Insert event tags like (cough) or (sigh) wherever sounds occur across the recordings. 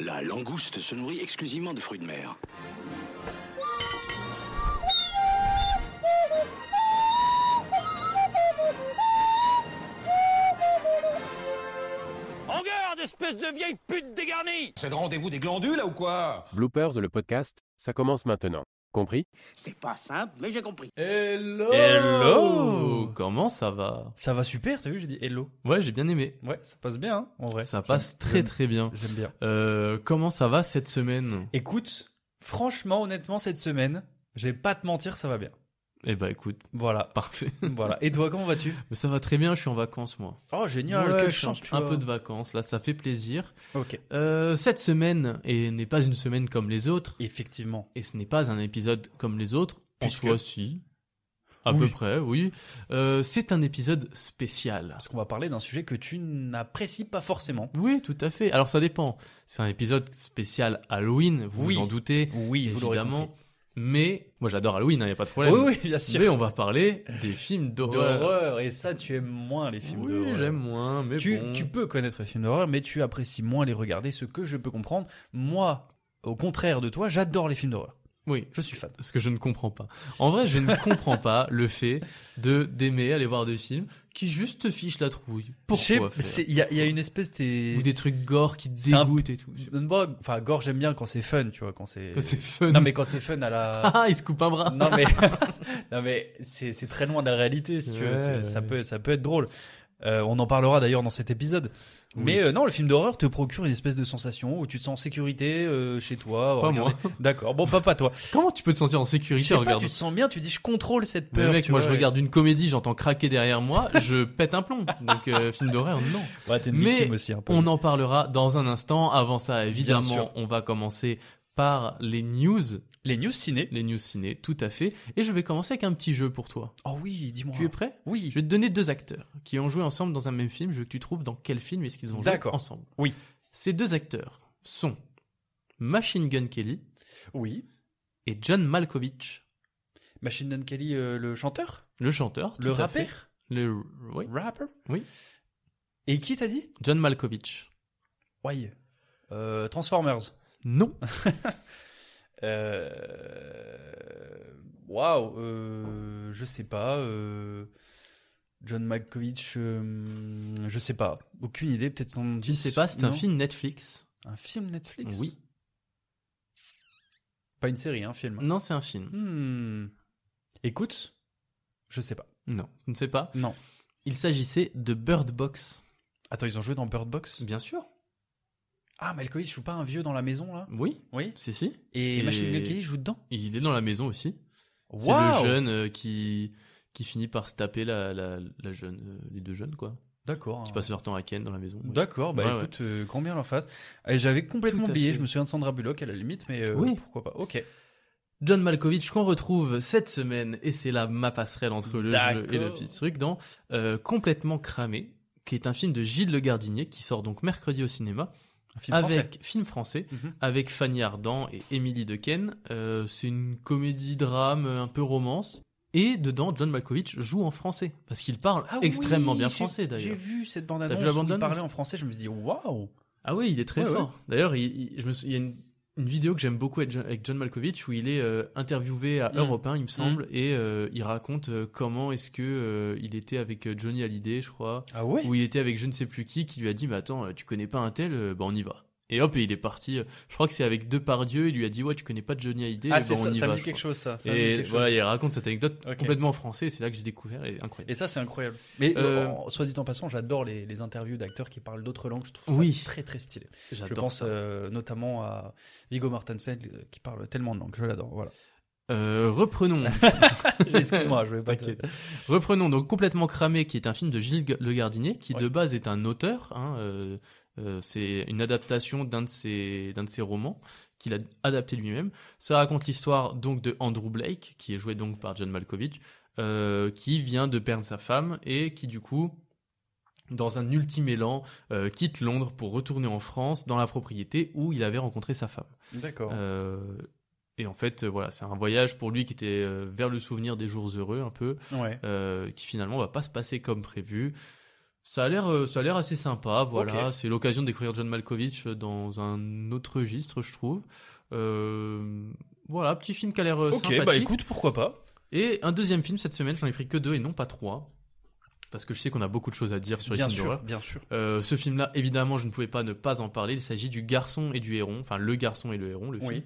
la langouste se nourrit exclusivement de fruits de mer. En garde, espèce de vieille pute dégarnie C'est le rendez-vous des glandules là ou quoi Bloopers, le podcast, ça commence maintenant. Compris C'est pas simple, mais j'ai compris. Hello Hello Comment ça va Oh Ça va super, t'as vu, j'ai dit hello. Ouais, j'ai bien aimé. Ouais, ça passe bien, hein, en vrai. Ça passe très très bien. J'aime bien. Euh, comment ça va cette semaine Écoute, franchement, honnêtement, cette semaine, je vais pas te mentir, ça va bien. Eh bah écoute, Voilà, parfait. (laughs) voilà. Et toi, comment vas-tu (laughs) Mais ça va très bien, je suis en vacances moi. Oh, génial, Ouais, quelle je suis chance un- tu Un as. peu de vacances, là ça fait plaisir. Ok, Euh, cette semaine et n'est pas une semaine comme les autres, effectivement. et ce n'est pas un épisode comme les autres, Puisque- en soi si. À Oui. peu près, oui. Euh, c'est un épisode spécial. Parce qu'on va parler d'un sujet que tu n'apprécies pas forcément. Oui, tout à fait. Alors ça dépend. C'est un épisode spécial Halloween, vous Oui. vous en doutez, Oui, vous l'aurez évidemment. compris. Mais moi j'adore Halloween, il n'y a pas de problème. Oui, oui, bien sûr. Mais on va parler des films d'horreur. D'horreur, et ça, tu aimes moins les films d'horreur. Oui, j'aime moins, mais tu, bon. tu peux connaître les films d'horreur, mais tu apprécies moins les regarder, ce que je peux comprendre. Moi, au contraire de toi, j'adore les films d'horreur. Oui, Je suis fan. ce que je ne comprends pas. En vrai, je (laughs) ne comprends pas le fait de d'aimer aller voir des films qui juste te fichent la trouille. Pourquoi Je sais- faire c'est- Il y a, il y a une espèce t'es- Ou des trucs gore qui te C'est un- dégoûtent et tout. Moi, Enfin, gore, j'aime bien quand c'est fun, tu vois, quand c'est. Quand c'est fun. Non, mais quand c'est fun à la. (laughs) Ah, il se coupe un bras. non mais, (laughs) non, mais c'est c'est très loin de la réalité, si tu veux. Ouais, C'est- ouais, Ça ouais. peut, ça peut être drôle. Euh, on en parlera d'ailleurs dans cet épisode. Oui. Mais euh, non, le film d'horreur te procure une espèce de sensation où tu te sens en sécurité euh, chez toi. Pas regarder- D'accord. Bon, pas, pas toi. Comment tu peux te sentir en Je sécurité sais en pas, regardant tu te sens bien, tu dis je contrôle cette Mais peur. mec, tu moi vois, je et- regarde une comédie, j'entends craquer derrière (laughs) moi, je pète un plomb. Donc euh, film d'horreur, non. Ouais, t'es une Mais victime aussi hein, un peu. On en parlera dans un instant. Avant ça, sûr. évidemment, on va commencer par les news, Les news ciné. les news ciné, tout à fait. Et je vais commencer avec un petit jeu pour toi. Oh oui, dis-moi. Tu es prêt Oui. Je vais te donner deux acteurs qui ont joué ensemble dans un même film. Je veux que tu trouves dans quel film est-ce qu'ils ont joué D'accord. ensemble. Oui. Ces deux acteurs sont Machine Gun Kelly Oui. et John Malkovich, Machine Gun Kelly, euh, le chanteur, le chanteur, le tout à fait. rappeur, le oui, rapper. Oui. Et qui t'as dit John Malkovich. Ouais. Euh, Transformers. (laughs) Non. Euh, Waouh. euh, Je sais pas. euh, John Malkovich. euh, Je sais pas. Aucune idée. Peut-être en Je sais pas, c'est un film Netflix. Un film Netflix. Oui. Pas une série, un film. Non, c'est un film. Hmm. Écoute, je sais pas. Non, je ne sais pas. Non. Il s'agissait de Bird Box. Attends, ils ont joué dans Bird Box Bien sûr. Ah, Malkovich joue pas un vieux dans la maison là Oui, Oui. c'est si. Et, Et- Machine Gun Kelly joue dedans Il est dans la maison aussi. C'est Waouh le jeune euh, qui qui finit par se taper la, la, la jeune, euh, les deux jeunes quoi, D'accord. qui hein. passent leur temps à Ken dans la maison. ouais. D'accord, bah Ouais, ouais. écoute, euh, grand bien leur face. Euh, J'avais complètement Tout à oublié, fait. je me souviens de Sandra Bullock à la limite, mais euh, Oui. pourquoi pas. Ok. John Malkovich qu'on retrouve cette semaine, et c'est là ma passerelle entre le jeu et le petit truc, dans euh, Complètement cramé, qui est un film de Gilles Le Gardinier qui sort donc mercredi au cinéma. Un film avec français. film français, Mhm. avec Fanny Ardant et Émilie Dequesne. Euh, c'est une comédie drame, euh, un peu romance. Et dedans, John Malkovich joue en français parce qu'il parle Ah extrêmement oui, bien j'ai- français d'ailleurs. J'ai vu cette bande T'as annonce. vu la où il bande-annonce parlait en français, je me suis dit waouh. Ah oui, il est très Ouais, fort. ouais. D'ailleurs, il, il- je me sou- il y a une, une vidéo que j'aime beaucoup avec John, avec John Malkovich où il est euh, interviewé à Mm. Europe 1, il me semble, Mm. et euh, il raconte euh, comment est-ce que euh, il était avec euh, Johnny Hallyday, je crois, Ah ouais où il était avec je ne sais plus qui, qui lui a dit "Mais attends, euh, tu connais pas un tel Euh, Bah on y va." Et hop, et il est parti. euh, Je crois que c'est avec Depardieu. Il lui a dit "Ouais, tu connais pas Johnny Hallyday Ah Bah, c'est on ça, y ça va." me je dit quelque crois. chose ça. ça me dit Et quelque chose. voilà, il raconte cette anecdote Ok. complètement en français. et C'est là que j'ai découvert, et incroyable. Et ça c'est incroyable. Mais Euh, euh, soit dit en passant, j'adore les, les interviews d'acteurs qui parlent d'autres langues. Je trouve ça Oui. très très stylé. Je J'adore pense ça. euh, notamment à Viggo Mortensen euh, qui parle tellement de langues. Je l'adore. (laughs) Voilà. Euh, (laughs) reprenons. Excuse-moi, je vais pas te- T'inquiète. Reprenons donc complètement cramé, qui est un film de Gilles G- Le Gardinier, qui de base est un auteur. hein, euh, euh, c'est une adaptation d'un de ses d'un de ses romans qu'il a adapté lui-même. Ça raconte l'histoire donc de Andrew Blake, qui est joué donc par John Malkovich, euh, qui vient de perdre sa femme et qui du coup dans un ultime élan, euh, quitte Londres pour retourner en France, dans la propriété où il avait rencontré sa femme. D'accord. Euh, et en fait, euh, voilà, c'est un voyage pour lui qui était euh, vers le souvenir des jours heureux un peu, Ouais. euh, qui finalement va pas se passer comme prévu. Ça a l'air, euh, ça a l'air assez sympa, voilà. Ok. C'est l'occasion de découvrir John Malkovich euh, dans un autre registre, je trouve. Euh, voilà, petit film qui a l'air euh, ok. sympathique. Bah écoute, pourquoi pas. Et un deuxième film cette semaine, j'en ai pris que deux et non pas trois, parce que je sais qu'on a beaucoup de choses à dire sur Bien les films sûr, d'horreur. bien sûr. Euh, ce film-là, évidemment, je ne pouvais pas ne pas en parler. Il s'agit du garçon et du héron, enfin le garçon et le héron, le film, Oui.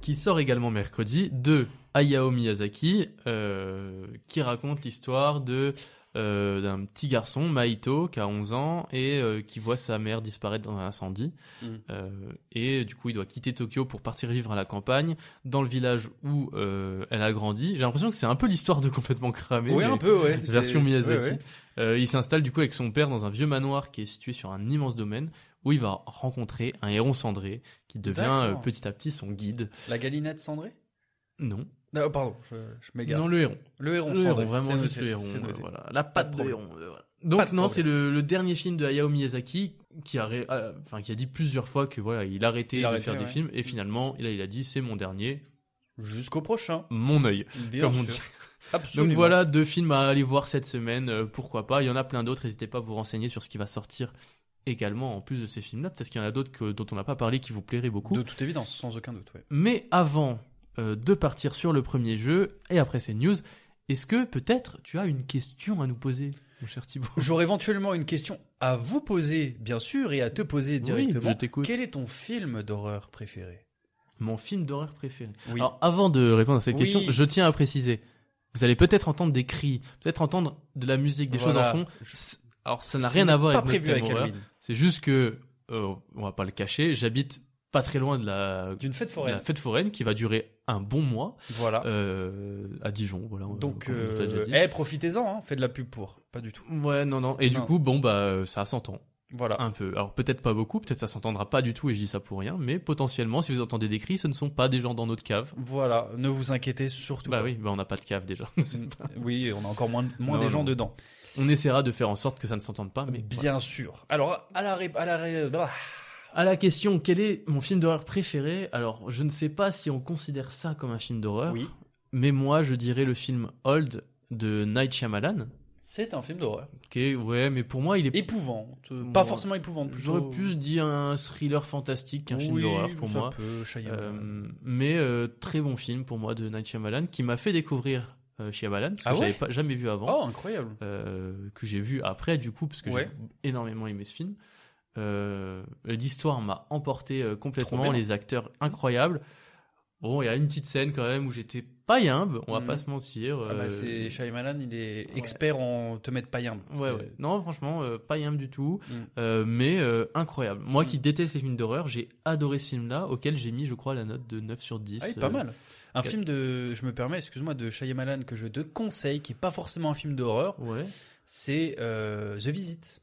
qui sort également mercredi de Hayao Miyazaki, euh, qui raconte l'histoire de euh, d'un petit garçon, Maito, qui a 11 ans et euh, qui voit sa mère disparaître dans un incendie. Mm. Euh, et du coup, il doit quitter Tokyo pour partir vivre à la campagne, dans le village où euh, elle a grandi. J'ai l'impression que c'est un peu l'histoire de complètement cramé. mais- Oui, un peu, ouais. (laughs) version C'est- Miyazaki. ouais, ouais. Euh, il s'installe du coup avec son père dans un vieux manoir qui est situé sur un immense domaine où il va rencontrer un héron cendré qui devient euh, D'accord. petit à petit son guide. La galinette cendrée Non, Non, pardon, je, je m'égare. non le héron. Le héron Le cendré. héron, hein, vraiment c'est juste noté, le héron. c'est euh, noté. voilà. La Pas de patte de, héron. problème. euh, voilà. Pas Donc de non, problème. c'est le, le dernier film de Hayao Miyazaki qui a, ré- euh, enfin, qui a dit plusieurs fois que voilà, il arrêtait Mm. Il de arrêtait, faire des ouais. films et finalement, là, il a dit c'est mon dernier, Jusqu'au prochain. mon œil. Bien Comme on sûr. (laughs) dit. Absolument. Donc voilà deux films à aller voir cette semaine, euh, pourquoi pas. Il y en a plein d'autres, n'hésitez pas à vous renseigner sur ce qui va sortir également en plus de ces films-là. Peut-être qu'il y en a d'autres que- dont on n'a pas parlé qui vous plairaient beaucoup. De toute évidence, sans aucun doute, ouais. Mais avant euh, de partir sur le premier jeu et après ces news, est-ce que peut-être tu as une question à nous poser, mon cher Thibaut J'aurais éventuellement une question à vous poser, bien sûr, et à te poser directement. je t'écoute. Quel est ton film d'horreur préféré Mon film d'horreur préféré. Oui. Alors avant de répondre à cette Oui. question, je tiens à préciser, vous allez peut-être entendre des cris, peut-être entendre de la musique, des Voilà. choses en fond. C'est- Alors ça n'a Ce rien n'est à voir pas avec notre prévu thème avec horreur. Halloween. C'est juste que, euh, on va pas le cacher, j'habite pas très loin de la, D'une fête de la foraine. fête foraine qui va durer un bon mois Voilà. euh, à Dijon. Voilà, Donc, comme on euh, t'a déjà dit. eh, profitez-en, hein, fais de la pub pour. Pas du tout. Ouais, non, non. Et du Non. coup, bon, bah, euh, ça s'entend Voilà. un peu. Alors peut-être pas beaucoup, peut-être ça s'entendra pas du tout et je dis ça pour rien, mais potentiellement, si vous entendez des cris, ce ne sont pas des gens dans notre cave. Voilà, ne vous inquiétez surtout Bah pas. (laughs) oui, bah on n'a pas de cave déjà. Oui, on a encore moins, moins Non, des gens non. dedans. (laughs) on essaiera de faire en sorte que ça ne s'entende pas, mais Bien voilà. sûr. Alors, à la, ré- à la, ré- bah, À la question, quel est mon film d'horreur préféré Alors, je ne sais pas si on considère ça comme un film d'horreur, Oui. mais moi, je dirais le film Old de Night Shyamalan. c'est un film d'horreur. Ok, ouais, mais pour moi, il est. Épouvante. Ouais. Pas forcément épouvante. plutôt- J'aurais plus dit un thriller fantastique qu'un film Oui, d'horreur pour ça moi. peut, Shyamalan. Euh, mais euh, très bon film pour moi de Night Shyamalan qui m'a fait découvrir euh, Shyamalan, parce Ah que ouais j'avais pas jamais vu avant. Oh, incroyable. euh, que j'ai vu après du coup parce que Ouais. j'ai énormément aimé ce film. Euh, L'histoire m'a emporté euh, complètement, bien. les acteurs incroyables. Bon, il y a une petite scène quand même où j'étais pas yimbe, on va Mhm. pas se mentir. Ah bah, euh, c'est Shyamalan, il est ouais. expert en te mettre pas yimbe. Ouais, C'est- ouais. Non, franchement, euh, pas yimbe du tout, Mm. euh, mais euh, incroyable. Moi qui Mm. déteste les films d'horreur, j'ai adoré ce film-là, auquel j'ai mis, je crois, la note de 9 sur 10. Ah oui, pas euh, mal. Un que- film de, je me permets, excuse-moi, de Shyamalan que je te conseille, qui est pas forcément un film d'horreur, Ouais. c'est euh, The Visit.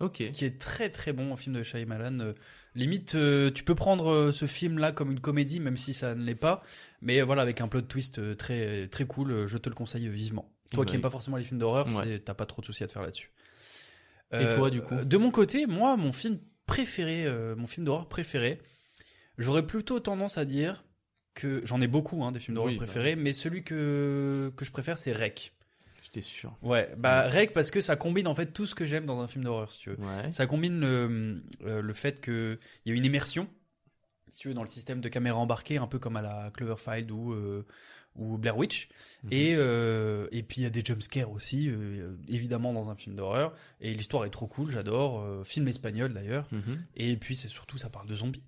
Ok. qui est très très bon, un film de Shyamalan. Euh, limite, euh, tu peux prendre euh, ce film-là comme une comédie, même si ça ne l'est pas, mais euh, voilà, avec un plot twist euh, très très cool, euh, je te le conseille vivement. Toi qui Ouais. n'aimes pas forcément les films d'horreur, Ouais. c'est- t'as pas trop de soucis à te faire là-dessus. Euh, Et toi, du coup De mon côté, moi, mon film préféré, euh, mon film d'horreur préféré, j'aurais plutôt tendance à dire que j'en ai beaucoup hein, des films d'horreur Oui, bah préférés, mais celui que que je préfère, c'est Rec. J'étais sûr. Ouais, bah Mm. Rec parce que ça combine en fait tout ce que j'aime dans un film d'horreur, si tu veux. Ouais. Ça combine le, euh, le fait qu'il y a une immersion, si tu veux, dans le système de caméra embarquée, un peu comme à la Cloverfield ou, euh, ou Blair Witch. et, euh, et puis il y a des jumpscares aussi, euh, évidemment dans un film d'horreur. Et l'histoire est trop cool, j'adore. euh, film espagnol d'ailleurs. Mhm. Et puis c'est surtout, ça parle de zombies.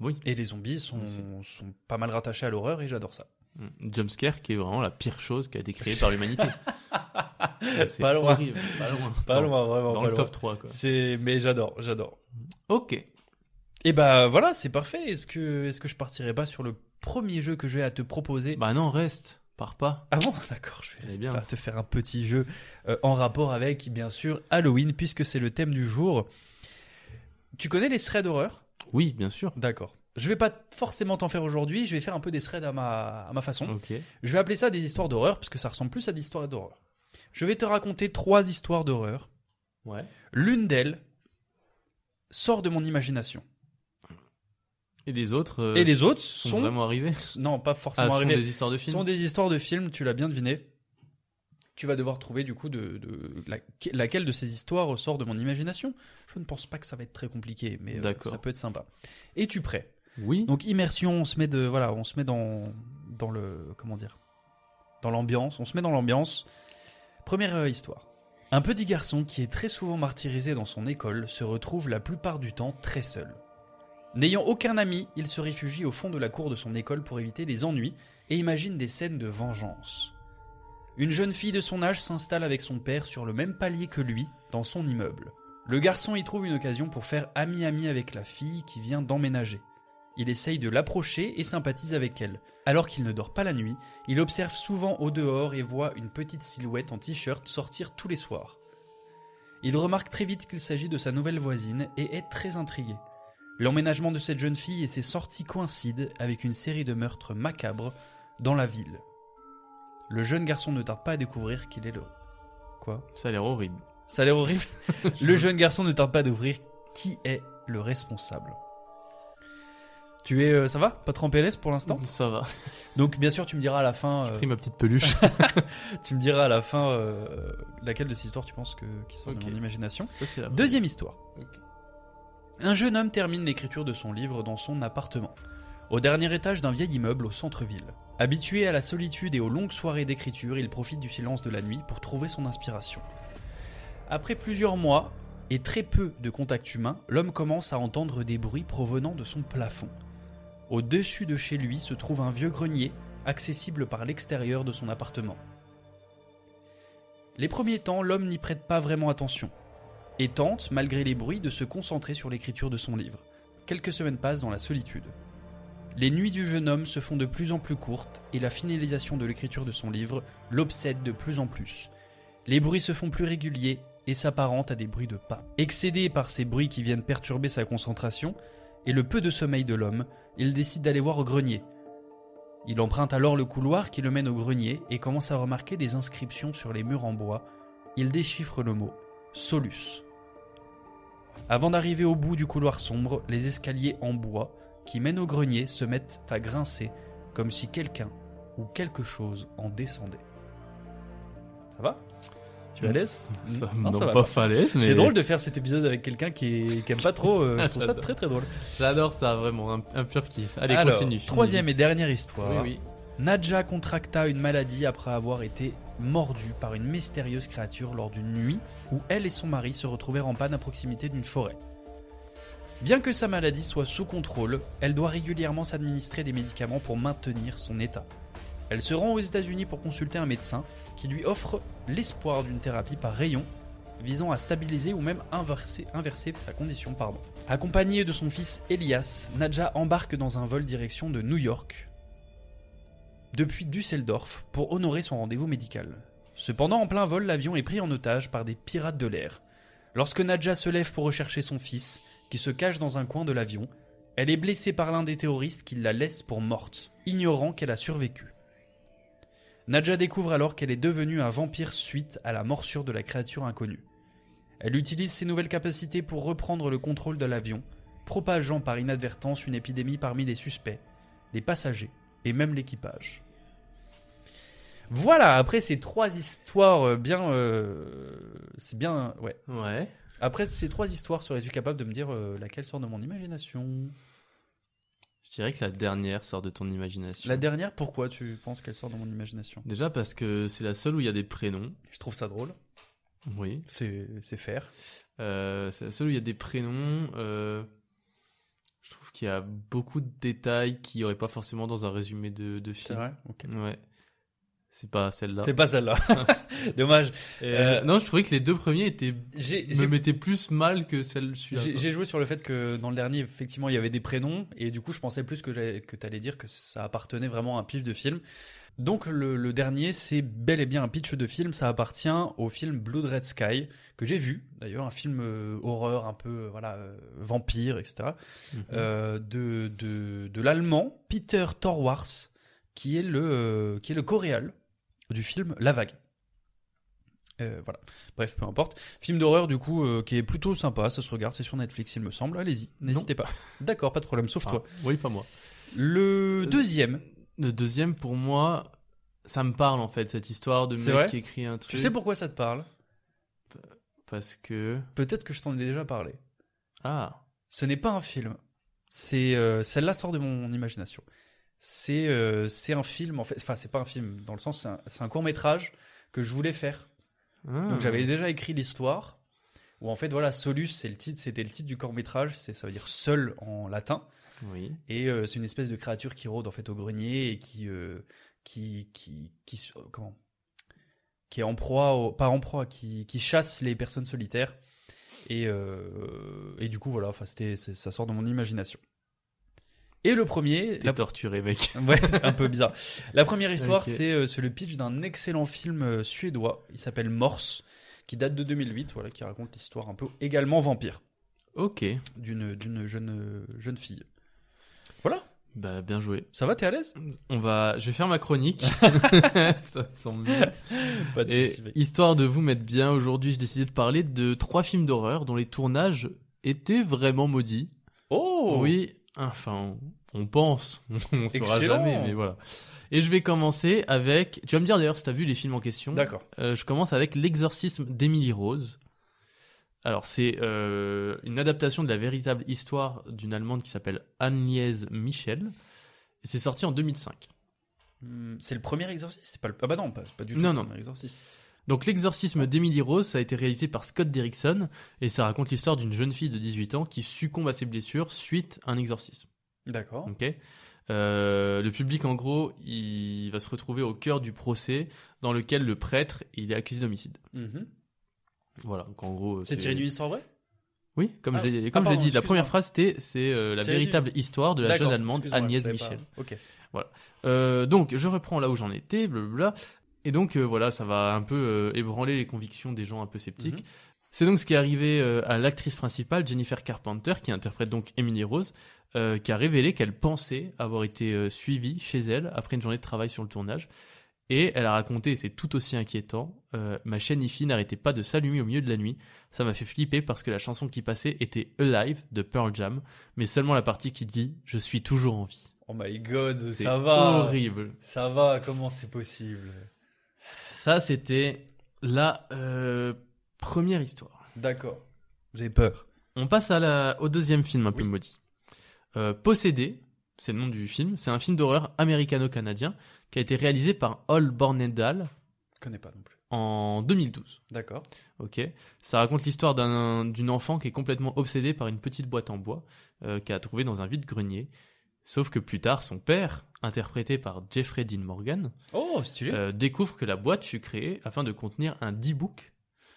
Oui. Et les zombies sont, sont pas mal rattachés à l'horreur et j'adore ça. Mm. Jumpscare qui est vraiment la pire chose qui a été créée par (laughs) l'humanité. C'est Pas loin. horrible. Pas loin. Pas Dans- loin, vraiment. Dans pas le loin. top 3, quoi. C'est, mais j'adore, j'adore. Ok. Et bah voilà, c'est parfait. Est-ce que, est-ce que je partirai pas sur le premier jeu que j'ai à te proposer Bah non, reste. Pars pas. Ah bon, (laughs) d'accord, je vais Eh rester bien. là, te faire un petit jeu euh, en rapport avec, bien sûr, Halloween, puisque c'est le thème du jour. Tu connais les threads d'horreur Oui, bien sûr. D'accord. Je vais pas forcément t'en faire aujourd'hui, je vais faire un peu des threads à ma, à ma façon. Ok. Je vais appeler ça des histoires d'horreur, parce que ça ressemble plus à des histoires d'horreur. Je vais te raconter trois histoires d'horreur. Ouais. L'une d'elles sort de mon imagination. Et les autres. euh, Et les autres sont, sont- vraiment arrivés. Non, pas Ah, forcément sont arrivées. des histoires de films. sont des histoires de films, tu l'as bien deviné. Tu vas devoir trouver du coup de, de- la- laquelle de ces histoires ressort de mon imagination. Je ne pense pas que ça va être très compliqué, mais euh, D'accord. ça peut être sympa. Es-tu prêt Oui. Donc immersion, on se met de voilà, on se met dans dans le comment dire, dans l'ambiance. On se met dans l'ambiance. Première euh, histoire. Un petit garçon qui est très souvent martyrisé dans son école se retrouve la plupart du temps très seul. N'ayant aucun ami, il se réfugie au fond de la cour de son école pour éviter les ennuis et imagine des scènes de vengeance. Une jeune fille de son âge s'installe avec son père sur le même palier que lui, dans son immeuble. Le garçon y trouve une occasion pour faire ami-ami avec la fille qui vient d'emménager. Il essaye de l'approcher et sympathise avec elle. Alors qu'il ne dort pas la nuit, il observe souvent au dehors et voit une petite silhouette en t-shirt sortir tous les soirs. Il remarque très vite qu'il s'agit de sa nouvelle voisine et est très intrigué. L'emménagement de cette jeune fille et ses sorties coïncident avec une série de meurtres macabres dans la ville. Le jeune garçon ne tarde pas à découvrir qu'il est le... Quoi Ça a l'air horrible. Ça a l'air horrible. le jeune garçon ne tarde pas à découvrir qui est le responsable. Tu es... euh, ça va Pas trop en PLS pour l'instant Ça va. Euh. Donc bien sûr tu me diras à la fin... euh, Pris ma petite (laughs) peluche. tu me diras à la fin euh, laquelle de ces histoires tu penses que, qui sont Ok. de mon imagination. Ça, c'est la vraie. Deuxième histoire. Ok. Un jeune homme termine l'écriture de son livre dans son appartement, au dernier étage d'un vieil immeuble au centre-ville. Habitué à la solitude et aux longues soirées d'écriture, il profite du silence de la nuit pour trouver son inspiration. Après plusieurs mois et très peu de contact humain, l'homme commence à entendre des bruits provenant de son plafond. Au-dessus de chez lui se trouve un vieux grenier, accessible par l'extérieur de son appartement. Les premiers temps, l'homme n'y prête pas vraiment attention et tente, malgré les bruits, de se concentrer sur l'écriture de son livre. Quelques semaines passent dans la solitude. Les nuits du jeune homme se font de plus en plus courtes et la finalisation de l'écriture de son livre l'obsède de plus en plus. Les bruits se font plus réguliers et s'apparentent à des bruits de pas. Excédé par ces bruits qui viennent perturber sa concentration et le peu de sommeil de l'homme, il décide d'aller voir au grenier. Il emprunte alors le couloir qui le mène au grenier et commence à remarquer des inscriptions sur les murs en bois. Il déchiffre le mot Solus. Avant d'arriver au bout du couloir sombre, les escaliers en bois qui mènent au grenier se mettent à grincer comme si quelqu'un ou quelque chose en descendait. Ça va Tu la laisses Ça, Non, non, ça va pas pas. falaise, mais. C'est drôle de faire cet épisode avec quelqu'un qui, est- qui aime pas trop. euh, je trouve ça très très drôle. J'adore ça, vraiment. Un, un pur kiff. Allez, Alors, continue. finis Troisième et vite. dernière Oui, histoire. oui. Nadja contracta une maladie après avoir été mordue par une mystérieuse créature lors d'une nuit où elle et son mari se retrouvèrent en panne à proximité d'une forêt. Bien que sa maladie soit sous contrôle, elle doit régulièrement s'administrer des médicaments pour maintenir son état. Elle se rend aux États-Unis pour consulter un médecin qui lui offre l'espoir d'une thérapie par rayon visant à stabiliser ou même inverser, inverser sa condition. Pardon. Accompagnée de son fils Elias, Nadja embarque dans un vol direction de New York depuis Düsseldorf pour honorer son rendez-vous médical. Cependant, en plein vol, l'avion est pris en otage par des pirates de l'air. Lorsque Nadja se lève pour rechercher son fils, qui se cache dans un coin de l'avion, elle est blessée par l'un des terroristes qui la laisse pour morte, ignorant qu'elle a survécu. Nadja découvre alors qu'elle est devenue un vampire suite à la morsure de la créature inconnue. Elle utilise ses nouvelles capacités pour reprendre le contrôle de l'avion, propageant par inadvertance une épidémie parmi les suspects, les passagers et même l'équipage. Voilà, après ces trois histoires euh, bien... euh, c'est bien... Ouais. Ouais. Après ces trois histoires, serais-tu capable de me dire euh, laquelle sort de mon imagination Je dirais que la dernière sort de ton imagination. La dernière, pourquoi tu penses qu'elle sort de mon imagination Déjà parce que c'est la seule où il y a des prénoms. Je trouve ça drôle. Oui. C'est c'est faire. Euh, c'est la seule où il y a des prénoms. euh, je trouve qu'il y a beaucoup de détails qu'il n'y aurait pas forcément dans un résumé de, de C'est film. vrai Ok. Ouais. C'est pas celle-là. C'est pas celle-là. (laughs) Dommage. Euh, Euh, non, je trouvais que les deux premiers étaient J'ai me j'ai- mettaient plus mal que celle là j'ai- j'ai joué sur le fait que dans le dernier, effectivement, il y avait des prénoms. Et du coup, je pensais plus que, j'allais- que tu allais dire que ça appartenait vraiment à un pitch de film. Donc, le, le dernier, c'est bel et bien un pitch de film. Ça appartient au film Blood Red Sky, que j'ai vu. D'ailleurs, un film euh, horreur, un peu, euh, voilà, euh, vampire, etc. euh, de, de, de l'allemand Peter Torwars, qui est le, euh, qui est le choréal du film La Vague. Euh, voilà, bref, peu importe. Film d'horreur, du coup, euh, qui est plutôt sympa, ça se regarde, c'est sur Netflix, il me semble. Allez-y, n'hésitez pas. D'accord, pas de problème, sauf toi. Ah, Oui, pas moi. Le Euh, deuxième, Le deuxième, pour moi, ça me parle en fait, cette histoire de C'est mec vrai qui écrit un truc. tu sais pourquoi ça te parle Parce que. Peut-être que je t'en ai déjà parlé. Ah, Ce n'est pas un film. C'est euh, celle-là sort de mon imagination. C'est euh, c'est un film en fait. Enfin, c'est pas un film dans le sens c'est un, c'est un court métrage que je voulais faire. Ah. Donc j'avais déjà écrit l'histoire où en fait voilà Solus c'est le titre c'était le titre du court métrage c'est ça veut dire seul en latin Oui. et euh, c'est une espèce de créature qui rôde en fait au grenier et qui euh, qui qui qui se- euh, comment qui est en proie au- pas en proie qui qui chasse les personnes solitaires et euh, et du coup voilà enfin c'était c'est- ça sort de mon imagination et le premier t'es la- torturé, mec. (laughs) (laughs) Ouais, c'est un peu bizarre. La première histoire, Ok. c'est euh, c'est le pitch d'un excellent film euh, suédois. Il s'appelle Morse, qui date de 2008, voilà, qui raconte l'histoire un peu également vampire Ok. d'une d'une jeune euh, jeune fille. Voilà. Bah, bien joué. Ça va, t'es à l'aise On va. Je vais faire ma (laughs) chronique. ça me semble mieux. Pas de Et soucis, mec. histoire de vous mettre bien, aujourd'hui, j'ai décidé de parler de trois films d'horreur dont les tournages étaient vraiment maudits. Oh Oui, enfin, on pense, (laughs) on saura Excellent. jamais, mais voilà. Et je vais commencer avec. Tu vas me dire d'ailleurs si t'as vu les films en question. D'accord. Euh, je commence avec L'exorcisme d'Emily Rose. Alors, c'est euh, une adaptation de la véritable histoire d'une Allemande qui s'appelle Agnès Michel. Et C'est sorti en 2005. Hmm, C'est le premier exorciste C'est pas le... Ah bah non, pas, pas du tout Non, le non. premier exorciste. Donc l'exorcisme d'Emily Rose, ça a été réalisé par Scott Derrickson et ça raconte l'histoire d'une jeune fille de 18 ans qui succombe à ses blessures suite à un exorcisme. D'accord. Ok. Euh, le public, en gros, il va se retrouver au cœur du procès dans lequel le prêtre il est accusé d'homicide. Mhm. Voilà. Donc en gros, C'est tiré d'une histoire vraie Oui, comme Ah, je l'ai ah, comme je l'ai pardon, dit, la première excuse-moi. phrase c'était c'est euh, la Tiré d'une- véritable histoire de la D'accord, jeune allemande excuse-moi, Agnès j'avais pas- Michel. Ok. Euh, donc, je reprends là où j'en étais, blablabla. Et donc, euh, voilà, ça va un peu euh, ébranler les convictions des gens un peu sceptiques. Mhm. C'est donc ce qui est arrivé euh, à l'actrice principale, Jennifer Carpenter, qui interprète donc Emily Rose, euh, qui a révélé qu'elle pensait avoir été euh, suivie chez elle après une journée de travail sur le tournage. Et elle a raconté, et c'est tout aussi inquiétant, euh, ma chaîne IFI n'arrêtait pas de s'allumer au milieu de la nuit. Ça m'a fait flipper parce que la chanson qui passait était Alive de Pearl Jam, mais seulement la partie qui dit Je suis toujours en vie. Oh my god, C'est ça va. horrible. Ça va, comment c'est possible Ça, c'était la euh, première histoire. D'accord. J'ai peur. On passe à la, au deuxième film un peu Oui. maudit. Euh, Possédé, c'est le nom du film. C'est un film d'horreur américano-canadien qui a été réalisé par Hall Bornedal Je connais pas non plus. en 2012. D'accord. Ok. Ça raconte l'histoire d'un- d'une enfant qui est complètement obsédée par une petite boîte en bois euh, qu'elle a trouvée dans un vide-grenier. Sauf que plus tard, son père, interprété par Jeffrey Dean Morgan, Oh, stylé. euh, découvre que la boîte fut créée afin de contenir un D-Book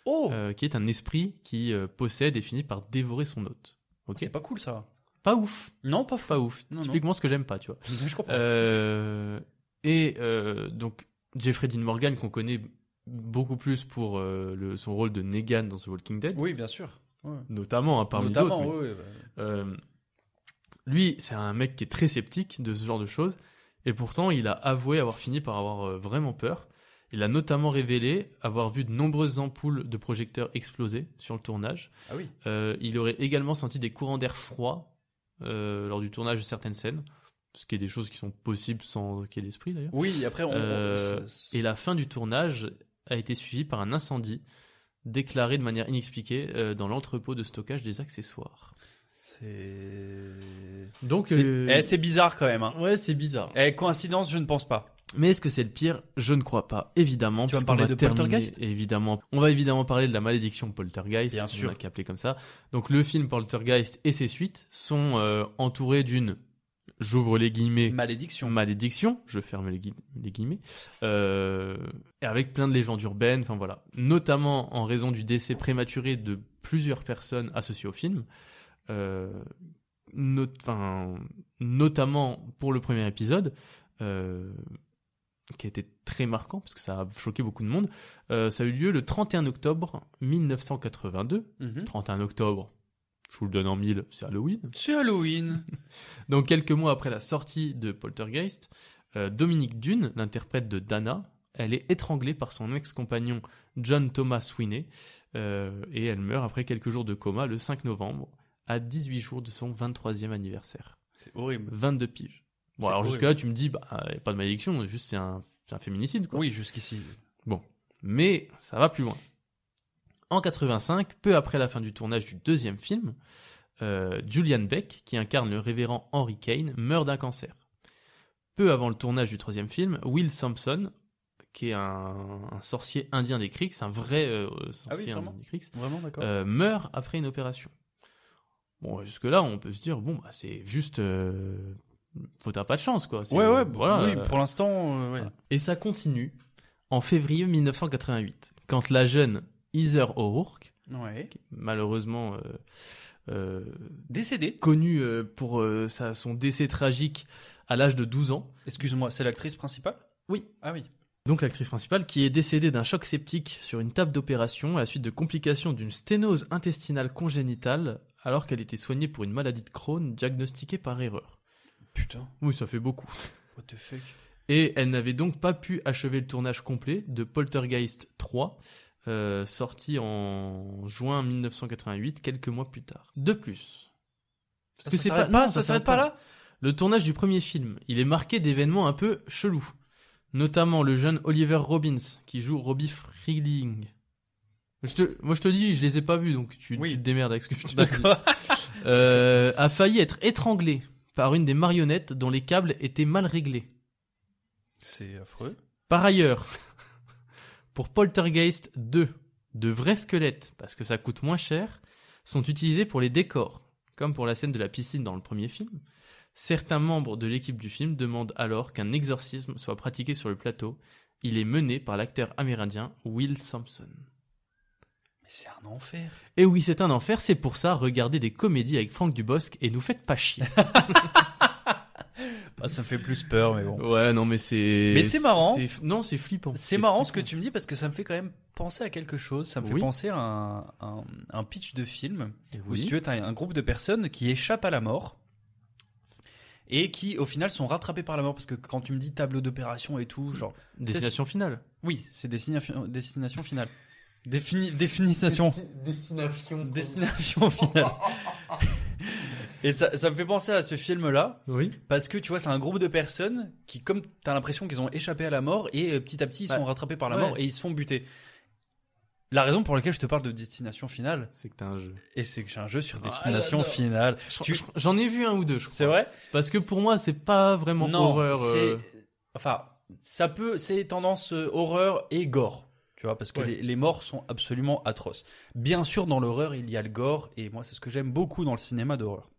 oh, euh, qui est un esprit qui euh, possède et finit par dévorer son hôte. Ok. c'est pas cool ça. Pas ouf, Non, pas fou. pas ouf. Non, non. Typiquement ce que j'aime pas, tu vois. Je comprends. Euh, et euh, donc Jeffrey Dean Morgan qu'on connaît beaucoup plus pour euh, le- son rôle de Negan dans The Walking Dead, Oui, bien sûr. Ouais. notamment hein, parmi d'autres. Notamment, mais- oui, oui, bah. Euh, lui, c'est un mec qui est très sceptique de ce genre de choses, et pourtant il a avoué avoir fini par avoir euh, vraiment peur. Il a notamment révélé avoir vu de nombreuses ampoules de projecteurs exploser sur le tournage. Ah oui. Euh, il aurait également senti des courants d'air froid euh, lors du tournage de certaines scènes, ce qui est des choses qui sont possibles sans qu'il y ait d'esprit d'ailleurs. Oui, après, on- on- Euh, c'est- c'est- et la fin du tournage a été suivie par un incendie déclaré de manière inexpliquée euh, dans l'entrepôt de stockage des accessoires. C'est. Donc, C'est euh, eh, c'est bizarre quand même. hein. Ouais, c'est bizarre. Eh, coïncidence, je ne pense pas. Mais est-ce que c'est le pire Je ne crois pas, évidemment. Tu vas puisqu'on me parler va de terminer, Poltergeist Évidemment. On va évidemment parler de la malédiction Poltergeist, Bien on sûr. l'a appelé comme ça. Donc le film Poltergeist et ses suites sont euh, entourés d'une, j'ouvre les guillemets, Malédiction. malédiction, je ferme les, gui- les guillemets, euh, et avec plein de légendes urbaines, enfin voilà. Notamment en raison du décès prématuré de plusieurs personnes associées au film. Euh, not- enfin, notamment pour le premier épisode, euh, qui a été très marquant parce que ça a choqué beaucoup de monde. Euh, ça a eu lieu le 31 octobre 1982. Mhm. 31 octobre, je vous le donne en mille, c'est Halloween. C'est Halloween. Donc quelques mois après la sortie de Poltergeist, euh, Dominique Dune, l'interprète de Dana, elle est étranglée par son ex-compagnon John Thomas Winey euh, et elle meurt après quelques jours de coma le 5 novembre, à 18 jours de son 23e anniversaire. (laughs) c'est horrible. 22 piges. Bon, C'est alors horrible. jusque-là, tu me dis, bah, y a pas de malédiction, juste c'est un, c'est un féminicide, quoi. Oui, jusqu'ici. Mais ça va plus loin. En 85, peu après la fin du tournage du deuxième film, euh, Julian Beck, qui incarne le révérend Henry Kane, meurt d'un cancer. Peu avant le tournage du troisième film, Will Sampson, qui est un, un sorcier indien des Creeks, un vrai euh, Ah sorcier vraiment indien des Creeks, Vraiment, d'accord. euh, meurt après une opération. Bon, jusque-là, on peut se dire, bon, bah, c'est juste. Euh, faut t'as pas de chance, quoi. C'est- ouais, ouais. voilà, oui, euh, pour l'instant, euh, ouais. voilà. Et ça continue en février 1988, quand la jeune Heather O'Rourke, Ouais. qui est malheureusement euh, euh, Décédée. connue euh, pour euh, sa- son décès tragique à l'âge de 12 ans, Excuse-moi, c'est l'actrice principale Oui. Ah oui. donc l'actrice principale, qui est décédée d'un choc septique sur une table d'opération à la suite de complications d'une sténose intestinale congénitale, alors qu'elle était soignée pour une maladie de Crohn diagnostiquée par erreur. Putain, Oui, ça fait beaucoup. what the fuck. Et elle n'avait donc pas pu achever le tournage complet de Poltergeist 3, euh, sorti en juin 1988, quelques mois plus tard. De plus. Ça, que ça c'est s'arrête pas- pas, non, ça s'arrête pas là. Le tournage du premier film, il est marqué d'événements un peu chelous. Notamment le jeune Oliver Robbins, qui joue Robbie Freeling. Je te- moi je te dis, je les ai pas vus, donc tu, Oui. tu te démerdes avec ce que je te dis. D'accord. Euh, a failli être étranglé par une des marionnettes dont les câbles étaient mal réglés. C'est affreux. Par ailleurs, pour Poltergeist 2, de vrais squelettes, parce que ça coûte moins cher, sont utilisés pour les décors, comme pour la scène de la piscine dans le premier film. Certains membres de l'équipe du film demandent alors qu'un exorcisme soit pratiqué sur le plateau. Il est mené par l'acteur amérindien Will Sampson. Mais c'est un enfer. Et oui, c'est un enfer, c'est pour ça, regardez des comédies avec Franck Dubosc et nous faites pas (laughs) chier. Bah, ça me fait plus peur, mais bon. ouais, non, mais c'est. Mais c'est marrant. c'est- Non, c'est flippant. C'est marrant ce que flippant. tu me dis parce que ça me fait quand même penser à quelque chose. Ça me fait Oui. penser à un, un- un pitch de film où Oui. si tu veux, t'as un groupe de personnes qui échappent à la mort et qui au final sont rattrapées par la mort parce que quand tu me dis tableau d'opération et tout, genre Destination finale. oui, c'est destination destination finale. Défini, définition. Destination. Destination (laughs) finale. Et ça, ça me fait penser à ce film-là, Oui. parce que tu vois, c'est un groupe de personnes qui, comme t'as l'impression qu'ils ont échappé à la mort, et euh, petit à petit, ils Ouais. sont rattrapés par la Ouais. mort et ils se font buter. La raison pour laquelle je te parle de destination finale, C'est que t'as un jeu. et c'est que j'ai un jeu sur Ah, destination j'adore. finale. Tu- Je- J'en ai vu un ou deux, je crois. C'est vrai Parce que pour moi, c'est pas vraiment Non, horreur. euh, c'est- Enfin, ça peut. C'est tendance euh, horreur et gore. Tu vois, parce que Ouais. les, les morts sont absolument atroces. Bien sûr, dans l'horreur, il y a le gore, et moi, c'est ce que j'aime beaucoup dans le cinéma d'horreur.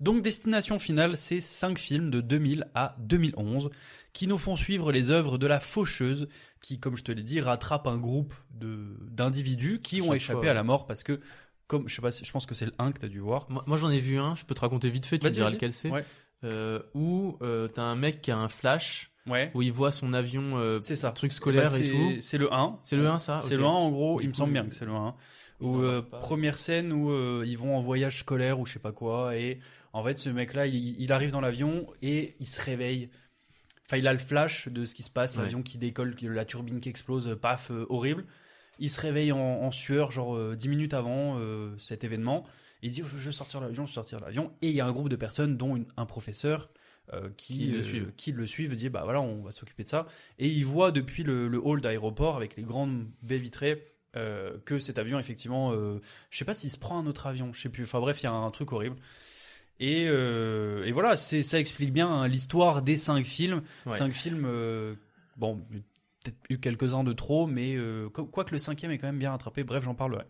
Donc, Destination Finale, c'est cinq films de 2000 à 2011 qui nous font suivre les œuvres de la faucheuse qui, comme je te l'ai dit, rattrape un groupe de- d'individus qui À ont chaque échappé fois, à ouais. la mort parce que, comme je sais pas, si- je pense que c'est le 1 que tu as dû voir. Moi, moi, j'en ai vu un, je peux te raconter vite fait, tu me Vas-y, diras vas-y. lequel c'est. Ouais. Euh, où euh, t'as un mec qui a un flash Ouais. où il voit son avion, euh, C'est ça. truc scolaire Bah, et c'est- tout. C'est le 1. C'est le 1, ça C'est Ok. le 1 en gros, Du il me coup, semble il- bien que c'est le 1. ils Où, en euh, parlent pas. première scène où euh, ils vont en voyage scolaire ou je sais pas quoi et en fait ce mec là il, il arrive dans l'avion et il se réveille. Enfin il a le flash de ce qui se passe, Ouais. l'avion qui décolle, qui- la turbine qui explose, euh, paf, euh, horrible. Il se réveille en, en sueur genre euh, 10 minutes avant euh, cet événement. Il dit je veux sortir de l'avion, je veux sortir de l'avion et il y a un groupe de personnes dont une- un professeur euh, qui, Qui le euh, suivent. qui le suivent dit bah voilà on va s'occuper de ça et il voit depuis le, le hall d'aéroport avec les grandes baies vitrées euh, que cet avion effectivement euh, je sais pas s'il se prend un autre avion je sais plus enfin bref il y a un truc horrible et, euh, et voilà c'est ça explique bien hein, l'histoire des cinq films Ouais. cinq films euh, bon peut-être eu quelques uns de trop mais euh, quoi quoique le cinquième est quand même bien rattrapé bref j'en parlerai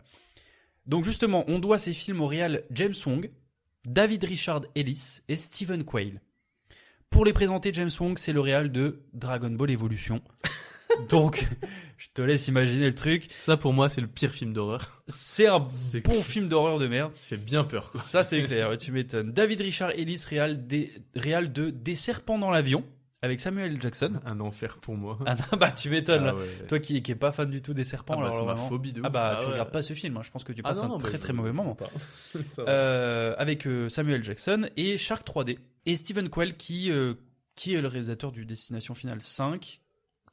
donc justement on doit ces films au réal James Wong David Richard Ellis et Stephen Quayle pour les présenter, James Wong, c'est le réal de Dragon (laughs) Ball Evolution. Donc, je te laisse imaginer le truc. Ça, pour moi, c'est le pire film d'horreur. (laughs) C'est un C'est bon clair. film d'horreur de merde. Ça fait bien peur, quoi. (laughs) Ça, c'est clair, ouais, tu m'étonnes. David Richard Ellis, réal, des, réal de Des serpents dans l'avion, avec Samuel Jackson. Un enfer pour moi. Ah non, bah, tu m'étonnes. Ah là. ouais. Toi qui, qui est pas fan du tout des serpents, Ah bah, alors c'est ma vraiment- phobie de Ah ouf. bah, Ah tu ouais. regardes pas ce film, hein. je pense que tu Ah passes non, un non, très bah, très je- mauvais moment. (laughs) Ça va. Euh, avec euh, Samuel Jackson et Shark 3D. Et Steven Quell qui, euh, qui est le réalisateur du Destination Finale 5,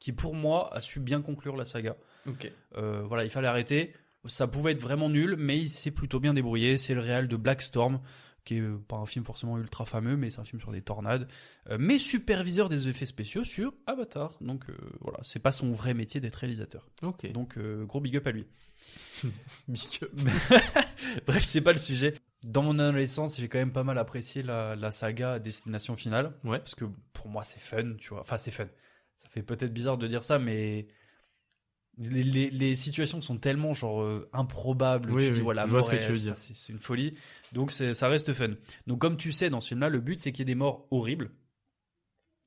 qui pour moi a su bien conclure la saga. Ok. Euh, voilà, il fallait arrêter. Ça pouvait être vraiment nul, mais il s'est plutôt bien débrouillé. C'est le réal de Black Storm, qui est euh, pas un film forcément ultra fameux, mais c'est un film sur des tornades. Euh, mais superviseur des effets spéciaux sur Avatar. Donc euh, voilà, c'est pas son vrai métier d'être réalisateur. Ok. Donc euh, gros big up à lui. Big up. (laughs) Bref, c'est pas le sujet. Dans mon adolescence, j'ai quand même pas mal apprécié la, la saga à Destination Finale. Ouais. Parce que pour moi, c'est fun, tu vois. Enfin, c'est fun. Ça fait peut-être bizarre de dire ça, mais les, les- les situations sont tellement genre euh, improbables. Oui, tu dis, oui, voilà, je vois mort, ce que tu elle, veux c'est- dire. C'est c'est une folie. Donc, c'est- ça reste fun. Donc, comme tu sais, dans ce film-là, le but, c'est qu'il y ait des morts horribles.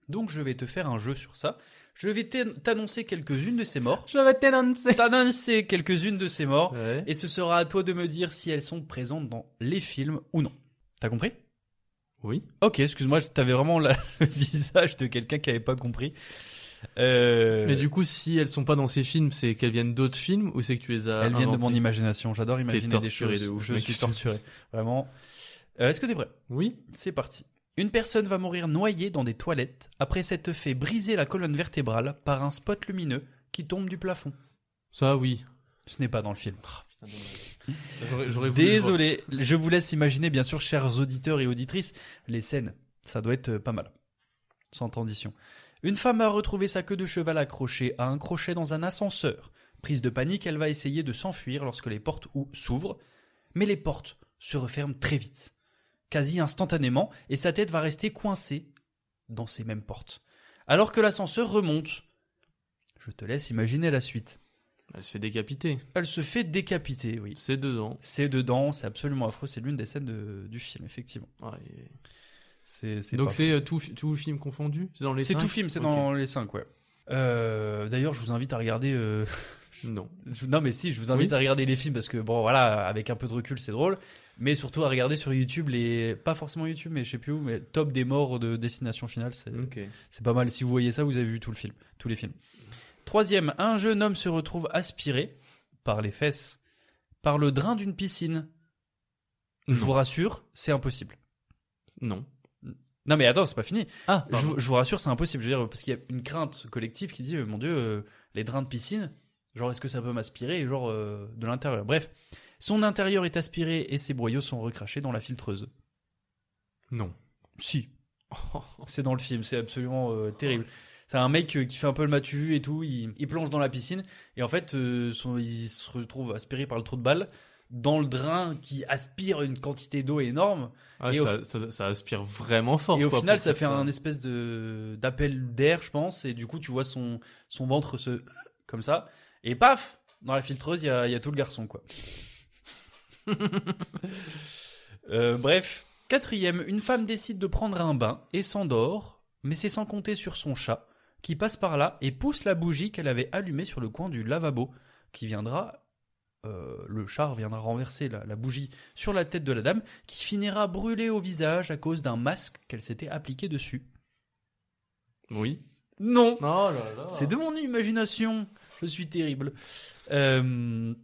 Donc, je vais te faire un jeu sur ça. Je vais t'an- t'annoncer quelques-unes de ces morts. Je vais t'énoncer. T'annoncer quelques-unes de ces morts. Ouais. Et ce sera à toi de me dire si elles sont présentes dans les films ou non. T'as compris Oui. Ok, excuse-moi, t'avais vraiment la- (laughs) le visage de quelqu'un qui avait pas compris. Euh, Mais du coup, si elles sont pas dans ces films, c'est qu'elles viennent d'autres films ou c'est que tu les as elles viennent de mon inventées imagination. J'adore imaginer des torturé choses. de ouf, Je mec. suis torturé, vraiment. Euh, Est-ce que t'es prêt Oui. C'est parti. Une personne va mourir noyée dans des toilettes après s'être fait briser la colonne vertébrale par un spot lumineux qui tombe du plafond. Ça, oui. Ce n'est pas dans le film. Oh, Ça, J'aurais j'aurais voulu. le voir. Désolé, je vous laisse imaginer, bien sûr, chers auditeurs et auditrices, les scènes. Ça doit être euh, pas mal. Sans transition. Une femme a retrouvé sa queue de cheval accrochée à un crochet dans un ascenseur. Prise de panique, elle va essayer de s'enfuir lorsque les portes ou- s'ouvrent, mais les portes se referment très vite, quasi instantanément, et sa tête va rester coincée dans ces mêmes portes. Alors que l'ascenseur remonte, je te laisse imaginer la suite. Elle se fait décapiter. Elle se fait décapiter, oui. C'est dedans. C'est dedans, c'est absolument affreux, c'est l'une des scènes de- du film, effectivement. Ouais, et- C'est, c'est Donc pas c'est fou. euh, tout, fi- tout film confondu C'est dans les C'est cinq tout film, c'est Ok. dans les cinq, ouais. Euh, d'ailleurs, je vous invite à regarder. euh, (laughs) Non. je- non, mais si, je vous invite Oui. à regarder les films parce que bon, voilà, avec un peu de recul, c'est drôle, mais surtout à regarder sur YouTube les, pas forcément YouTube, mais je sais plus où, mais top des morts de Destination Finale, c'est, Ok. c'est pas mal. Si vous voyez ça, vous avez vu tout le film, tous les films. Troisième, un jeune homme se retrouve aspiré par les fesses, par le drain d'une piscine. Je Non. vous rassure, c'est impossible. Non. Non mais attends, c'est pas fini. Ah, Je, pardon. vous- je vous rassure, c'est impossible. Je veux dire, parce qu'il y a une crainte collective qui dit, euh, mon Dieu, euh, les drains de piscine, genre est-ce que ça peut m'aspirer, genre euh, de l'intérieur. Bref, son intérieur est aspiré et ses boyaux sont recrachés dans la filtreuse. (laughs) Non. Si, c'est dans le film, c'est absolument euh, terrible. C'est un mec euh, qui fait un peu le matu vu et tout, il, il plonge dans la piscine et en fait, euh, son- il se retrouve aspiré par le trou de balle dans le drain qui aspire une quantité d'eau énorme. Ah, Et au ça, ça- ça aspire vraiment fort. Et au quoi, final, pour ça faire fait un espèce de d'appel d'air, je pense, et du coup, tu vois son son ventre se comme ça, et paf, dans la filtreuse, il y a, il y a tout le (laughs) garçon, quoi. Euh, bref, quatrième, une femme décide de prendre un bain et s'endort, mais c'est sans compter sur son chat qui passe par là et pousse la bougie qu'elle avait allumée sur le coin du lavabo, qui viendra. euh, le chat viendra renverser la- la bougie sur la tête de la dame qui finira brûlée au visage à cause d'un masque qu'elle s'était appliqué dessus. Oui. Non. Oh là là. C'est de mon imagination. Je suis terrible. Euh,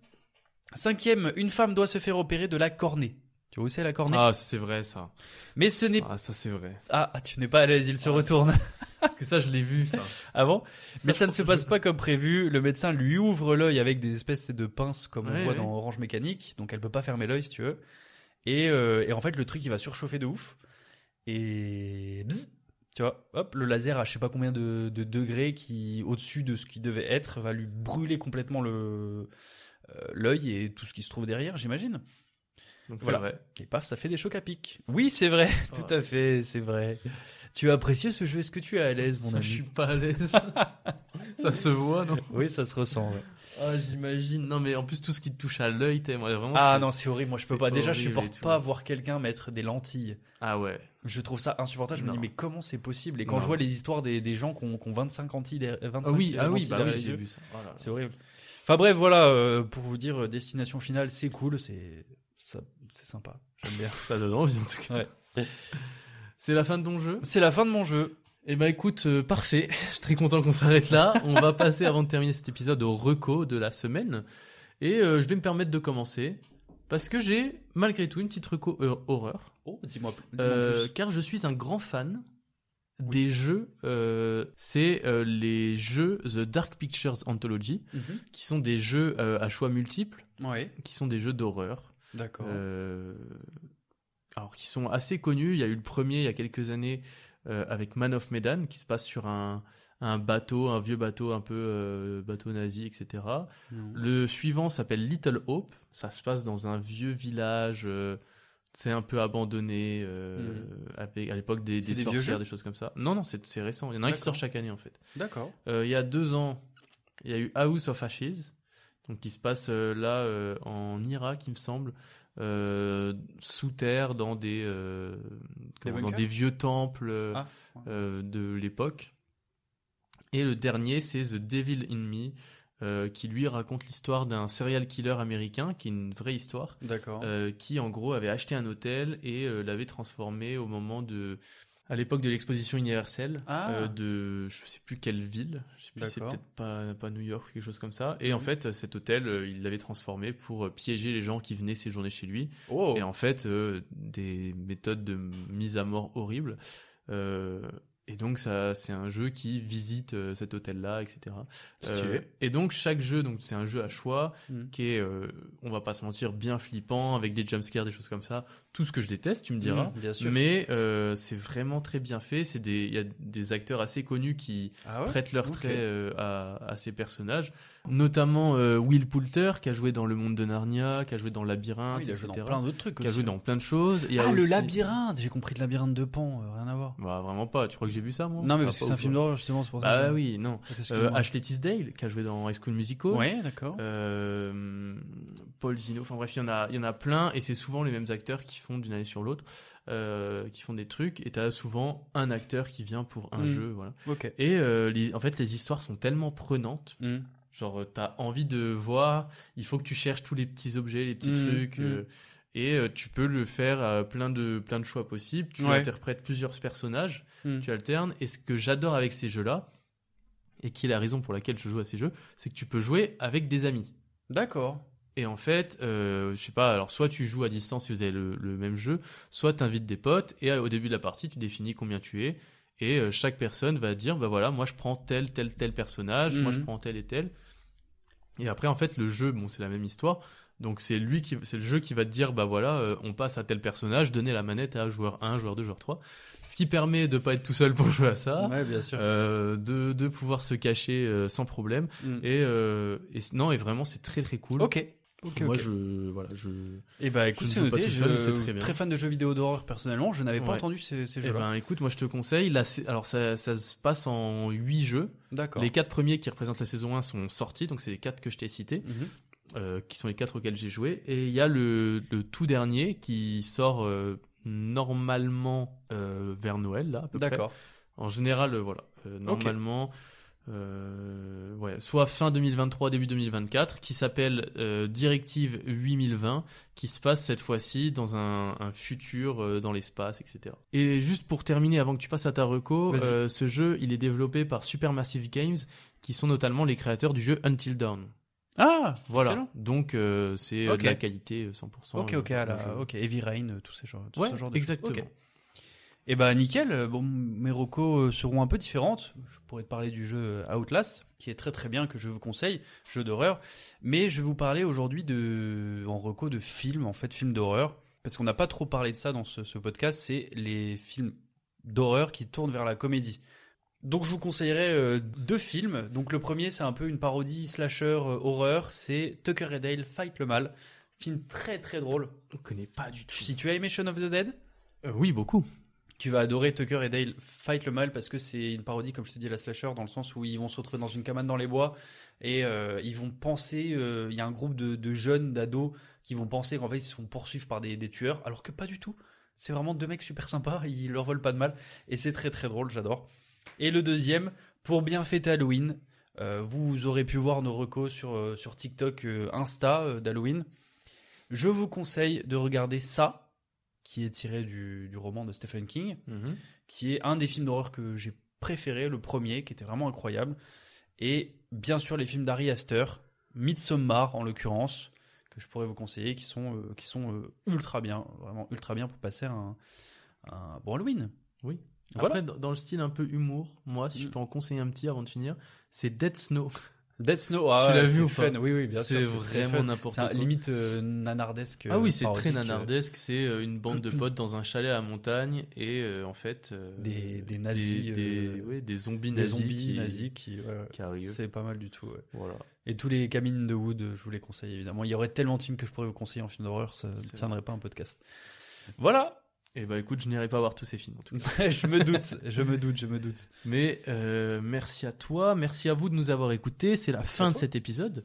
Cinquième, une femme doit se faire opérer de la cornée. Tu vois où c'est la cornée Ah, c'est vrai ça. Mais ce n'est Ah, ça c'est vrai. Ah, tu n'es pas à l'aise, il se retourne. (laughs) Parce que ça, je l'ai vu ça. Avant, mais Ça, ça ne se je- passe pas comme prévu. Le médecin lui ouvre l'œil avec des espèces de pinces comme Ouais, on voit ouais. dans Orange Mécanique, donc elle peut pas fermer l'œil si tu veux. Et, euh, et en fait, le truc il va surchauffer de ouf. Et bzz, tu vois, hop, le laser à je sais pas combien de, de degrés qui au-dessus de ce qui devait être va lui brûler complètement le euh, l'œil et tout ce qui se trouve derrière, j'imagine. Donc c'est Voilà. vrai. Et paf, ça fait des chocs à pic. Oui, c'est vrai, (laughs) tout à fait, c'est vrai. Tu as apprécié ce jeu Est-ce que tu es à l'aise, mon Je suis ami pas à l'aise. (laughs) ça se voit, non Oui, ça se ressent. ouais. Ah, j'imagine. Non, mais en plus, tout ce qui te touche à l'œil, t'es moi, vraiment. Ah c'est- non, c'est horrible. Moi, je peux c'est pas. Déjà, je horrible et supporte tout. pas voir quelqu'un mettre des lentilles. Ah ouais. Je trouve ça insupportable. Je me Non. dis, mais comment c'est possible Et quand Non. je vois les histoires des, des gens qui ont, qui ont 25 lentilles, derrière- 25 Ah oui, ah oui, lentilles bah derrière oui, les j'ai yeux, vu ça. Oh là là. C'est horrible. Enfin bref, voilà, euh, pour vous dire, euh, destination finale, c'est cool, c'est ça, c'est sympa. J'aime bien. (laughs) Ça donne envie, en tout cas. Ouais. (laughs) C'est la fin de ton jeu. C'est la fin de mon jeu. Eh ben écoute, euh, parfait. (laughs) Je suis très content qu'on s'arrête là. On va passer avant de terminer cet épisode au reco de la semaine. Et euh, je vais me permettre de commencer. Parce que j'ai, malgré tout, une petite reco euh, horreur. Oh, dis-moi plus. Euh, car je suis un grand fan des jeux. euh, c'est euh, les jeux The Dark Pictures Anthology, qui sont des jeux euh, à choix multiples, Ouais, qui sont des jeux d'horreur. d'accord. Euh, alors, qui sont assez connus. Il y a eu le premier il y a quelques années euh, avec Man of Medan, qui se passe sur un, un bateau, un vieux bateau, un peu euh, bateau nazi, etc. Non. Le suivant s'appelle Little Hope. Ça se passe dans un vieux village, euh, c'est un peu abandonné, euh, avec, à l'époque des, Mhm. C'est des des vieux sorcières, jeux des choses comme ça. Non, non, c'est c'est récent. Il y en a un qui D'accord. sort chaque année, en fait. D'accord. Euh, il y a deux ans, il y a eu House of Ashes, donc qui se passe euh, là euh, en Irak, il me semble, euh, sous terre dans des, euh, comment- dans bunkers des vieux temples euh, Ah, ouais. euh, de l'époque. Et le dernier, c'est The Devil in Me, euh, qui lui raconte l'histoire d'un serial killer américain, qui est une vraie histoire, D'accord. euh, qui en gros avait acheté un hôtel et euh, l'avait transformé au moment de à l'époque de l'exposition universelle Ah. euh, de je sais plus quelle ville je sais plus c'est D'accord. Mhm. peut-être pas pas New York ou quelque chose comme ça et en fait cet hôtel euh, il l'avait transformé pour euh, piéger les gens qui venaient séjourner chez lui oh. et en fait euh, des méthodes de mise à mort horribles Euh, et donc ça c'est un jeu qui visite euh, cet hôtel là etc Stylé. Euh, et donc chaque jeu donc c'est un jeu à choix Mhm. qui est, euh, on va pas se mentir, bien flippant, avec des jumpscares, des choses comme ça. Tout ce que je déteste, tu me diras. Mmh, bien sûr. Mais euh, c'est vraiment très bien fait. C'est des, il y a des acteurs assez connus qui Ah ouais prêtent leurs Ok. traits euh, à, à ces personnages, notamment euh, Will Poulter qui a joué dans Le Monde de Narnia, qui a joué dans Labyrinthe, Ah, il a etc. joué dans plein d'autres trucs qui a aussi. joué dans plein de choses. Il y a Ah, le aussi- labyrinthe J'ai compris le labyrinthe de Pan, euh, rien à voir. Bah vraiment pas. Tu crois que j'ai vu ça moi Non, mais Ah, parce que pas c'est un ouf, film quoi. d'horreur, justement, c'est pour ça. Bah que- oui, non. Excuse-moi. Euh, Ashley Tisdale qui a joué dans High School Musical. Ouais, d'accord. Euh, Paul Zino, enfin bref, il y en a, il y en a plein, et c'est souvent les mêmes acteurs qui font d'une année sur l'autre, euh, qui font des trucs, et t'as souvent un acteur qui vient pour un Mm. jeu, voilà. Ok. Et euh, les- en fait, les histoires sont tellement prenantes, genre euh, t'as envie de voir, il faut que tu cherches tous les petits objets, les petits Mm, trucs. euh, et euh, tu peux le faire à plein de, plein de choix possibles. Tu Ouais. interprètes plusieurs personnages Mm. tu alternes. Et ce que j'adore avec ces jeux-là, et qui est la raison pour laquelle je joue à ces jeux, c'est que tu peux jouer avec des amis. D'accord. Et en fait, euh, je sais pas, alors soit tu joues à distance si vous avez le, le même jeu, soit tu invites des potes et euh, au début de la partie, tu définis combien tu es. Et euh, chaque personne va dire, bah voilà, moi je prends tel, tel, tel personnage, moi je Mhm. prends tel et tel. Et après, en fait, le jeu, bon, c'est la même histoire. Donc c'est lui qui, c'est le jeu qui va te dire, bah voilà, euh, on passe à tel personnage, donner la manette à joueur 1, joueur 2, joueur 3. Ce qui permet de pas être tout seul pour jouer à ça. Ouais, bien sûr. euh, de, de pouvoir se cacher euh, sans problème Mm. et, euh, et non et vraiment c'est très très cool Ok. Ok, moi, ok. je. Voilà, je. Eh bah écoute, je c'est ne joue pas noté. tout seul, mais Je c'est très, très bien. fan de jeux vidéo d'horreur personnellement. Je n'avais pas Ouais. entendu ces, ces Eh jeux-là. ben, écoute, moi, je te conseille. la sa- Alors, ça, ça se passe en 8 jeux. D'accord. Les 4 premiers qui représentent la saison 1 sont sortis, donc c'est les 4 que je t'ai cités, Mhm. euh, qui sont les 4 auxquels j'ai joué. Et il y a le, le tout dernier qui sort euh, normalement euh, vers Noël, là, à peu près. D'accord. En général, euh, voilà. Euh, normalement, euh, ouais, soit fin 2023, début 2024, qui s'appelle euh, Directive 8020, qui se passe cette fois-ci dans un, un futur euh, dans l'espace, etc. Et juste pour terminer, avant que tu passes à ta reco, Vas-y. euh, ce jeu, il est développé par Supermassive Games, qui sont notamment les créateurs du jeu Until Dawn. Ah, Voilà. excellent. Donc euh, c'est euh, Ok. de la qualité euh, 100%. Ok, ok, euh, à au jeu. la, ok, Heavy Rain, euh, tout, ces genres- tout Ouais, ce genre de exactement. Et bah nickel, euh, bon, mes recos euh, seront un peu différentes. Je pourrais te parler du jeu euh, Outlast, qui est très très bien, que je vous conseille, jeu d'horreur. Mais je vais vous parler aujourd'hui de, en reco de films, en fait, films d'horreur. Parce qu'on n'a pas trop parlé de ça dans ce, ce podcast, c'est les films d'horreur qui tournent vers la comédie. Donc je vous conseillerais euh, deux films. Donc le premier, c'est un peu une parodie slasher euh, horreur, c'est Tucker et Dale Fight le Mal. Film très très drôle. On connaît pas du tout. Si tu as aimé Shaun of the Dead, Euh, oui, beaucoup. tu vas adorer Tucker et Dale Fight le Mal parce que c'est une parodie, comme je te dis, à la slasher, dans le sens où ils vont se retrouver dans une cabane dans les bois et euh, ils vont penser, euh, il y a un groupe de, de jeunes, d'ados, qui vont penser qu'en fait ils se font poursuivre par des, des tueurs, alors que pas du tout. C'est vraiment deux mecs super sympas, (laughs) ils leur volent pas de mal et c'est très très drôle, j'adore. Et le deuxième, pour bien fêter Halloween, euh, vous aurez pu voir nos recos sur, euh, sur TikTok, euh, Insta euh, d'Halloween. Je vous conseille de regarder ça, qui est tiré du, du roman de Stephen King, Mhm. qui est un des films d'horreur que j'ai préféré, le premier, qui était vraiment incroyable. Et bien sûr, les films d'Harry Astor, Midsommar en l'occurrence, que je pourrais vous conseiller, qui sont, euh, qui sont euh, Mm. ultra bien, vraiment ultra bien pour passer un, un bon Halloween. Oui. Voilà. Mm. Après, dans- dans le style un peu humour, moi, si je peux en conseiller un petit avant de finir, c'est Dead Snow. Dead Snow, ah Tu ouais, l'as c'est vu ou fun. pas Oui, oui, bien sûr. C'est très vraiment fun. n'importe C'est un- quoi. Limite euh, nanardesque. Ah euh, oui, c'est très parodique, euh, nanardesque. C'est euh, une bande de potes dans un chalet à la montagne et euh, en fait euh, Des- des nazis, des, euh, des- ouais, des zombies Des nazis, zombies qui, nazis qui. ouais, ouais. qui arrivent. C'est pas mal du tout. ouais. Voilà. Et tous les Camines de Wood, euh, je vous les conseille évidemment. Il y aurait tellement de films que je pourrais vous conseiller en film d'horreur, ça ne C'est tiendrait pas un podcast. Voilà, (laughs) Et bah écoute, je n'irai pas voir tous ces films en Mm. tout cas. je me doute, je me doute, je me doute. Mais euh, merci à toi, merci à vous de nous avoir écoutés. C'est la fin de cet épisode.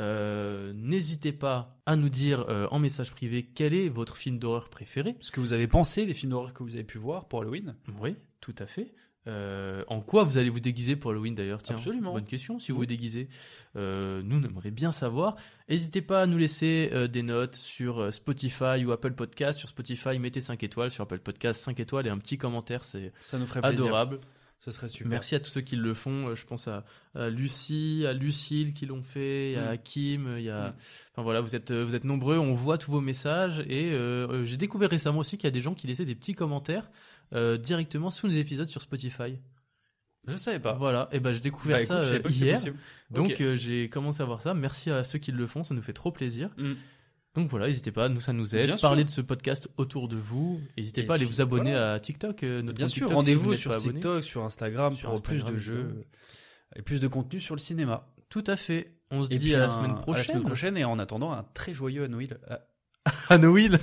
Euh, N'hésitez pas à nous dire euh, en message privé quel est votre film d'horreur préféré. Ce que vous avez pensé des films d'horreur que vous avez pu voir pour Halloween Oui, tout à fait. Euh, en quoi vous allez vous déguiser pour Halloween d'ailleurs Tiens, Absolument. Bonne question. Si vous Oui. vous déguisez, euh, nous, on aimerait bien savoir. N'hésitez pas à nous laisser euh, des notes sur euh, Spotify ou Apple Podcast. Sur Spotify, mettez 5 étoiles. Sur Apple Podcast, 5 étoiles et un petit commentaire, c'est Ça nous ferait plaisir. adorable. Ce serait super. Merci à tous ceux qui le font. Euh, Je pense à, à Lucie, à Lucille qui l'ont fait, Mm. à Kim. Il y a, Mm. enfin voilà, vous êtes euh, vous êtes nombreux. On voit tous vos messages et euh, euh, j'ai découvert récemment aussi qu'il y a des gens qui laissaient des petits commentaires euh, directement sous les épisodes sur Spotify. Je savais pas. Voilà. Et ben j'ai découvert Bah, écoute, ça je savais euh, pas que c'était hier. possible. Donc Ok. euh, j'ai commencé à voir ça. Merci à ceux qui le font, ça nous fait trop plaisir. Mm. Donc voilà, n'hésitez pas, nous ça nous aide. Bien sûr. Parlez de ce podcast autour de vous. N'hésitez Et pas à aller puis, vous abonner voilà. à TikTok. euh, notre Bien compte sûr, TikTok, si vous rendez-vous n'êtes sur pas abonné. TikTok, sur Instagram Sur pour plus Instagram, de jeux et plus de contenu sur le cinéma. Tout à fait. On se Et dit puis à la un- semaine À la prochaine. semaine prochaine et en attendant un très joyeux Halloween. Euh, À Noël.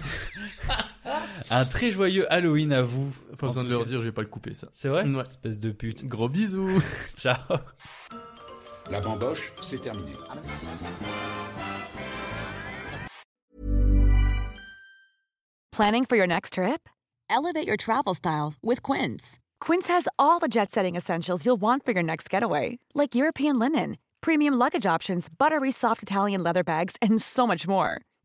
Un très joyeux Halloween à vous. Pas En besoin tout de leur cas. dire, je vais pas le couper ça. C'est vrai Ouais. Espèce de pute. Gros bisous. Ciao. La bamboche, c'est terminé. Planning for your next trip? Elevate your travel style with Quince. Quince has all the jet setting essentials you'll want for your next getaway, like European linen, premium luggage options, buttery soft Italian leather bags, and so much more.